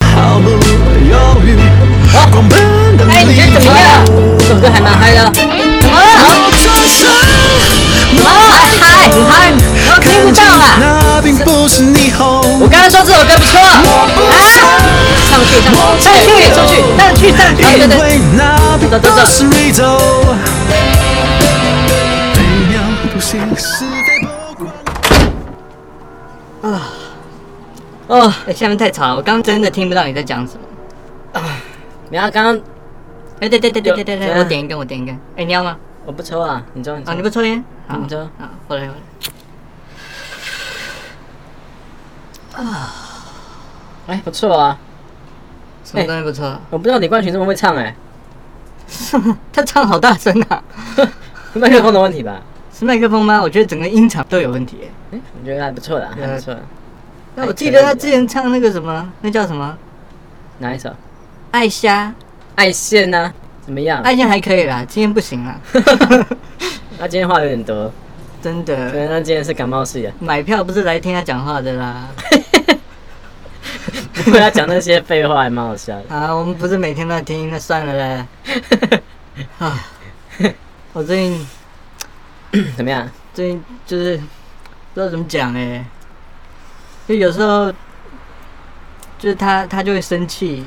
哎啊哎对对对会拿笔走走走到十里走。飞鸟不行，是非不管。哦，哎，下面太吵了，我刚刚真的听不到你在讲什么。然后刚刚哎，对对对对对对有对，我点一根，我点一根。哎，你要吗？我不抽啊，你抽你抽啊，你不抽烟？好嗯你抽好，我来我来。哎不错啊，什么东西不啊抽？我不知道李冠群这么会唱哎， 他唱好大声 啊！麦克风的问题吧？是麦克风吗？我觉得整个音场都有问题耶。嗯，我觉得还不错啦，对还啊不错。那我记得他之前唱那个什么，那叫什么？哪一首？爱虾，爱线呢？怎么样？爱虾还可以啦，今天不行 啦，他今天话有点多，真可的。能他今天是感冒式的，买票不是来听他讲话的啦。不过他讲那些废话还蛮好笑的。啊，我们不是每天都在听，那算了嘞。啊， 我最近怎么样？最近就是不知道怎么讲哎、就有时候就是他他就会生气，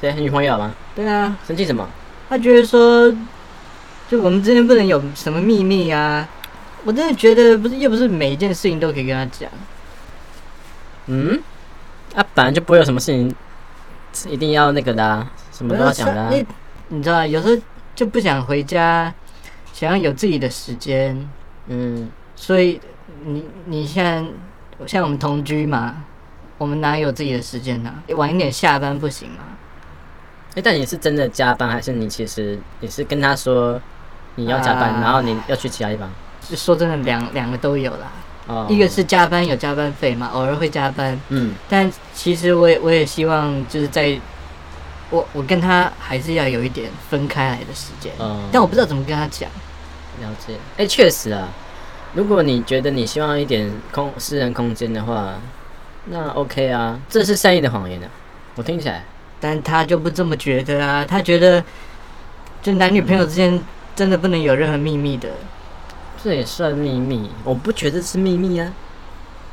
谁女朋友吗？对啊，生气什么？他觉得说就我们之间不能有什么秘密啊。我真的觉得不是，又不是每一件事情都可以跟他讲。嗯，啊，本来就不会有什么事情是一定要那个的、啊，什么都要讲的、啊你。你知道，有时候就不想回家，想要有自己的时间，嗯，所以你你现在像我们同居嘛，我们哪有自己的时间呢、晚一点下班不行吗？哎、但你是真的加班，还是你其实你是跟他说你要加班，啊然后你要去其他地方？说真的，两两个都有啦。哦，一个是加班有加班费嘛，偶尔会加班，嗯，但其实我也我也希望就是在，我我跟他还是要有一点分开来的时间，哦但我不知道怎么跟他讲。了解。哎、确实啊，如果你觉得你希望一点空私人空间的话，那 OK 啊，这是善意的谎言啊。我听起来，但他就不这么觉得啊，他觉得就男女朋友之间真的不能有任何秘密的。这也算秘密，我不觉得是秘密啊。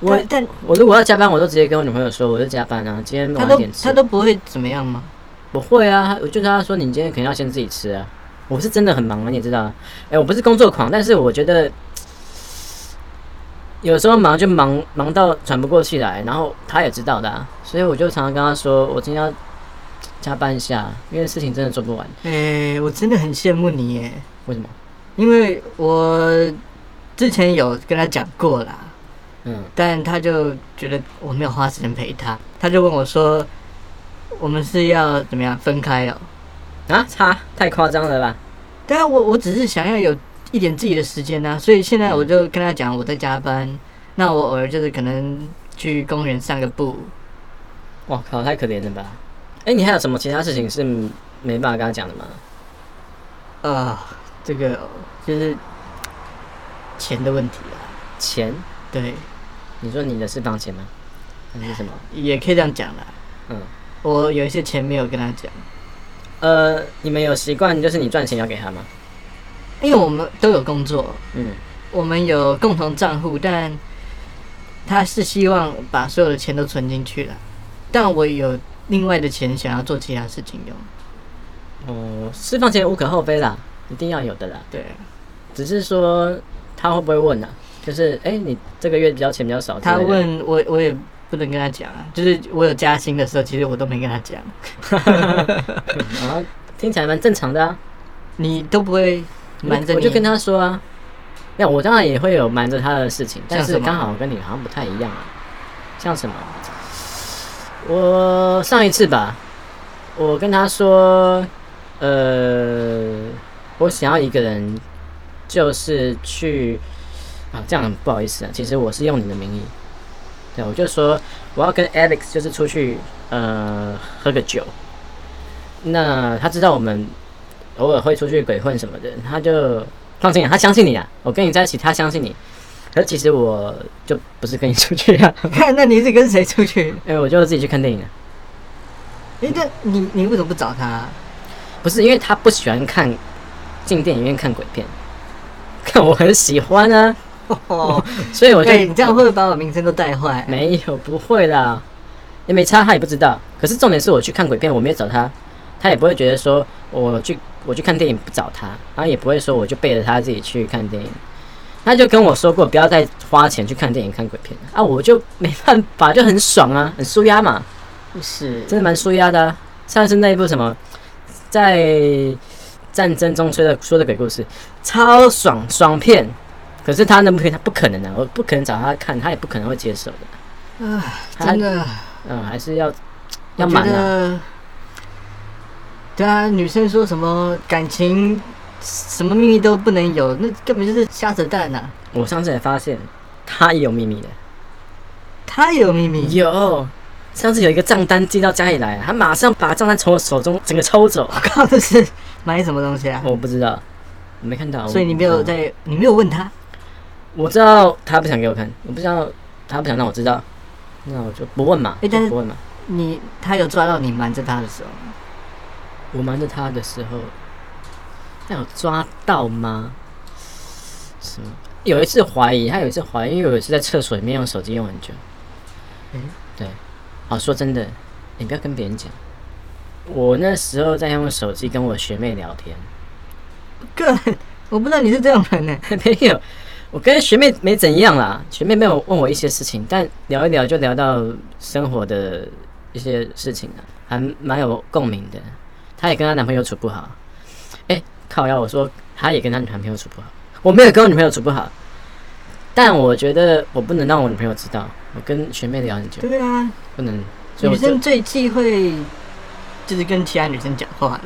我但但我如果要加班，我都直接跟我女朋友说我在加班啊，今天他晚一都点吃。他都不会怎么样吗？不会啊，我就跟他说你今天肯定要先自己吃啊。我是真的很忙啊，你也知道啊。哎，我不是工作狂，但是我觉得有时候忙就忙忙到喘不过气来，然后他也知道的、啊，所以我就常常跟他说我今天要加班一下，因为事情真的做不完。诶、哎我真的很羡慕你耶，为什么？因为我之前有跟他讲过啦，嗯，但他就觉得我没有花时间陪他，他就问我说：“我们是要怎么样分开哦啊，差太夸张了吧？？”对啊，我我只是想要有一点自己的时间啊，所以现在我就跟他讲我在加班，那我偶尔就是可能去公园散个步，哇靠，太可怜了吧？哎，你还有什么其他事情是没办法跟他讲的吗？啊，这个就是钱的问题啊，钱？对，你说你的私房钱吗？还是什么？也可以这样讲啦。嗯，我有一些钱没有跟他讲，呃，你们有习惯就是你赚钱要给他吗？因为我们都有工作，嗯，我们有共同账户，但他是希望把所有的钱都存进去了，但我有另外的钱想要做其他事情用。哦，私房钱无可厚非啦，一定要有的啦。对，只是说他会不会问啊？就是哎、诶你这个月比较钱比较少之类他的。 问我，我也不能跟他讲啊。就是我有加薪的时候，其实我都没跟他讲，然后嗯听起来蛮正常的啊。你都不会瞒着我你。就跟他说啊。那我当然也会有瞒着他的事情，但像是什么刚好跟你好像不太一样啊。像什么？我上一次吧，我跟他说，呃，我想要一个人，就是去啊，这样很不好意思啊。其实我是用你的名义，对，我就说我要跟 Alex 就是出去呃喝个酒。那他知道我们偶尔会出去鬼混什么的，他就放心，他相信你啊。我跟你在一起，他相信你。可是其实我就不是跟你出去啊， 看， 那你是跟谁出去？因为我就自己去看电影啊。诶，那你你为什么不找他、啊不是因为他不喜欢看进电影院看鬼片， 看我很喜欢啊，哦，所以我就、 对你这样会不会把我名声都带坏？没有不会啦，也没差，他也不知道。可是重点是我去看鬼片，我没有找他，他也不会觉得说我去我去看电影不找他，然后也不会说我就背着他自己去看电影。他就跟我说过，不要再花钱去看电影、看鬼片了啊！我就没办法，就很爽啊，很舒压嘛，是真的蛮舒压的、啊。上次那一部什么，在战争中吹的说的鬼故事，超爽爽片。可是他能不能？他不可能的、啊，我不可能找他看，他也不可能会接受的。真的，啊嗯，还是要我要觉满啊。得，对啊，女生说什么感情什么秘密都不能有，那根本就是瞎扯淡呐、啊。我上次也发现，他也有秘密的。他有秘密，有，上次有一个账单寄到家里来，他马上把账单从我手中整个抽走。我靠，这是买什么东西啊？啊我不知道，我没看到。所以你我没有在，你没有问他，我知道他不想给我看，我不知道他不想让我知道，那我就不问嘛，诶但是就不问嘛。你他有抓到你瞒着他的时候，我瞒着他的时候，他有抓到吗？什么？有一次怀疑，他有一次怀疑，因为我有一次在厕所里面用手机用很久。诶对，好说真的，你不要跟别人讲。我那时候在用手机跟我学妹聊天，个我不知道你是这种人呢、 没有，我跟学妹没怎样啦，学妹没有问我一些事情，但聊一聊就聊到生活的一些事情了，还蛮有共鸣的。她也跟她男朋友处不好，哎、靠腰，我说她也跟她女朋友处不好，我没有跟我女朋友处不好，但我觉得我不能让我女朋友知道，我跟学妹聊很久，对啊，不能，所以女我就生最忌讳就是跟其他女生讲话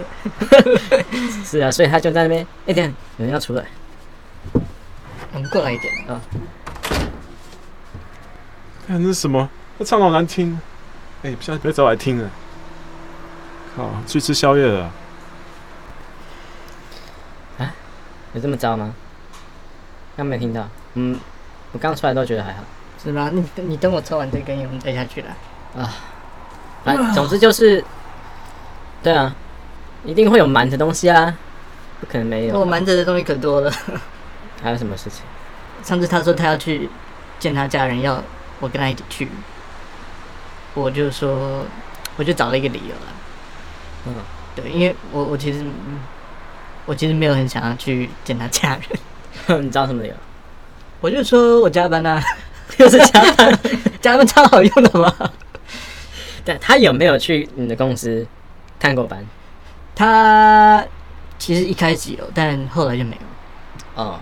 的。是啊，所以她就在那边，哎、等一下有人要出来，我们过来一点，看那是什么？那唱的好难听。哎、不要不要找我来听了。靠，去吃宵夜了。有这么糟吗？刚没听到，嗯，我刚出来都觉得还好。是吗？你你等我抽完这根烟，我们再下去啦。反正啊总之就是，对啊，一定会有瞒的东西啊，不可能没有。我瞒着的东西可多了。还有什么事情？ 上次他说他要去见他家人，要我跟他一起去，我就说，我就找了一个理由了。嗯，对，因为我我其实嗯我其实没有很想要去见他家人，你知道什么理由？我就说我加班啊，又是加班。加班超好用的嘛。但他有没有去你的公司探过班？他其实一开始有，但后来就没有。哦，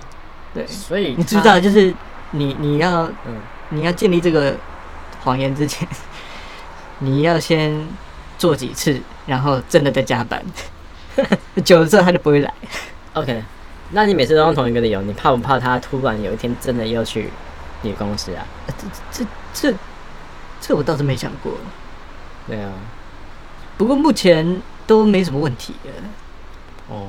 对，所以你知他道，就是你你要嗯你要建立这个谎言之前， 你要先做几次，然后真的再加班， 久了之后他就不会来。 ，OK。那你每次都用同一个理由，你怕不怕他突然有一天真的又去你公司啊？这这我倒是没想过，对啊，不过目前都没什么问题了。哦，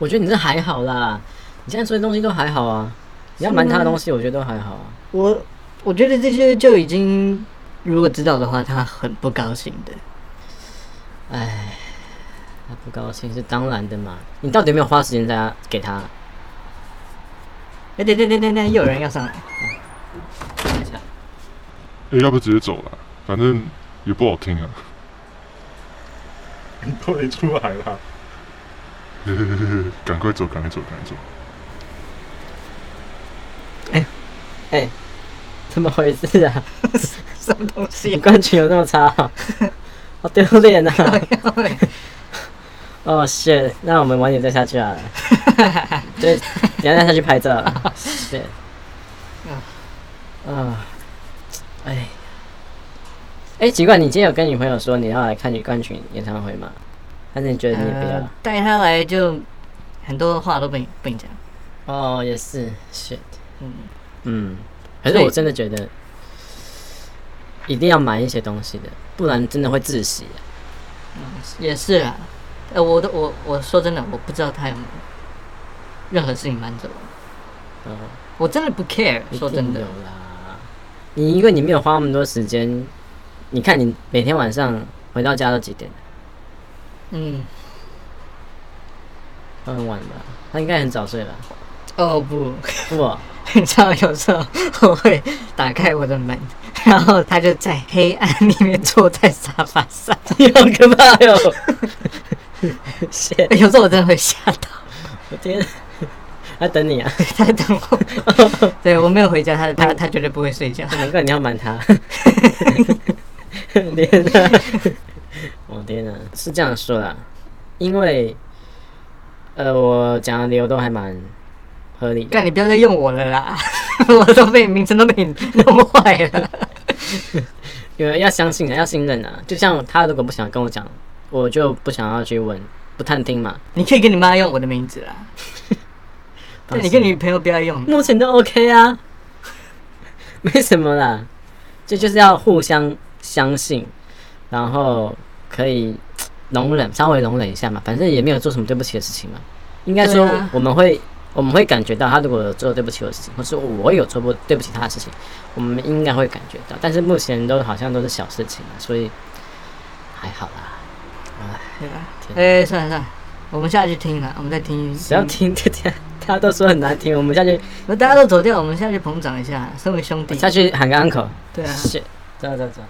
我觉得你这还好啦，你现在说的东西都还好啊。你要瞒他的东西，我觉得都还好啊。我我觉得这些就已经，如果知道的话，他很不高兴的。唉，他不高兴是当然的嘛。你到底有没有花时间在他给他？哎，等等等等等，又有人要上来。看一下哎、要不直接走了，反正也不好听啊。 你 都没出来啦。赶快走，赶快走，赶快走。怎么回事 啊？ 什么东你西？冠军有那么差、 啊？好丢脸啊！哦、shit，那我们晚点再下去 好了。对，等一下再下去拍照了。shit，啊，哎，哎，奇怪，你今天有跟女朋友说你要来看女冠军演唱会吗？但是你觉得你也不要？呃带他来就很多话都不不能讲。哦，也是，shit，嗯嗯，可是所以我真的觉得一定要买一些东西的，不然真的会窒息、也是啊，呃，我都我我说真的，我不知道他有没有任何事情瞒着我，嗯，我真的不 care。说真一定，的有啦，你因为你没有花那么多时间，你看你每天晚上回到家都几点？嗯，都很晚吧？他应该很早睡吧？哦不， 不哦，你知道有时候 我会打开我的门，然后他就在黑暗里面坐在沙发上，哎 你好可怕哟、谢， 有时候我真的会吓到，我天，他等你啊，他在等我。对我没 有回家，他他他绝对不会睡觉。难怪你要瞒他。 天哪！我天哪，是这样说啦，因为呃，我讲的理由都还蛮合理的。干，你不要再用我了啦！ 我都被名声都被你弄坏了。因为要相信啊，要信任啊。就像他如果不想跟我讲，我就不想要去问，不探听嘛。你可以跟你妈用我的名字 啦，但你跟你朋友不要用。目前都 OK 啊， 没什么啦。这就是要互相相信，然后可以容忍，稍微容忍一下嘛。反正也没有做什么对不起的事情嘛。应该说对啊我们会、我们会感觉到他如果有做对不起我的事情，或是我有做不对不起他的事情，我们应该会感觉到。但是目前都好像都是小事情嘛，所以还好啦。对吧？天哎，算了算了，我们下去听了，我们再听。只要听 这天，大家都说很难听，我们下去那大家都走掉，我们下去捧场一下，身为兄弟。下去喊个 uncle，对啊，是，走走走。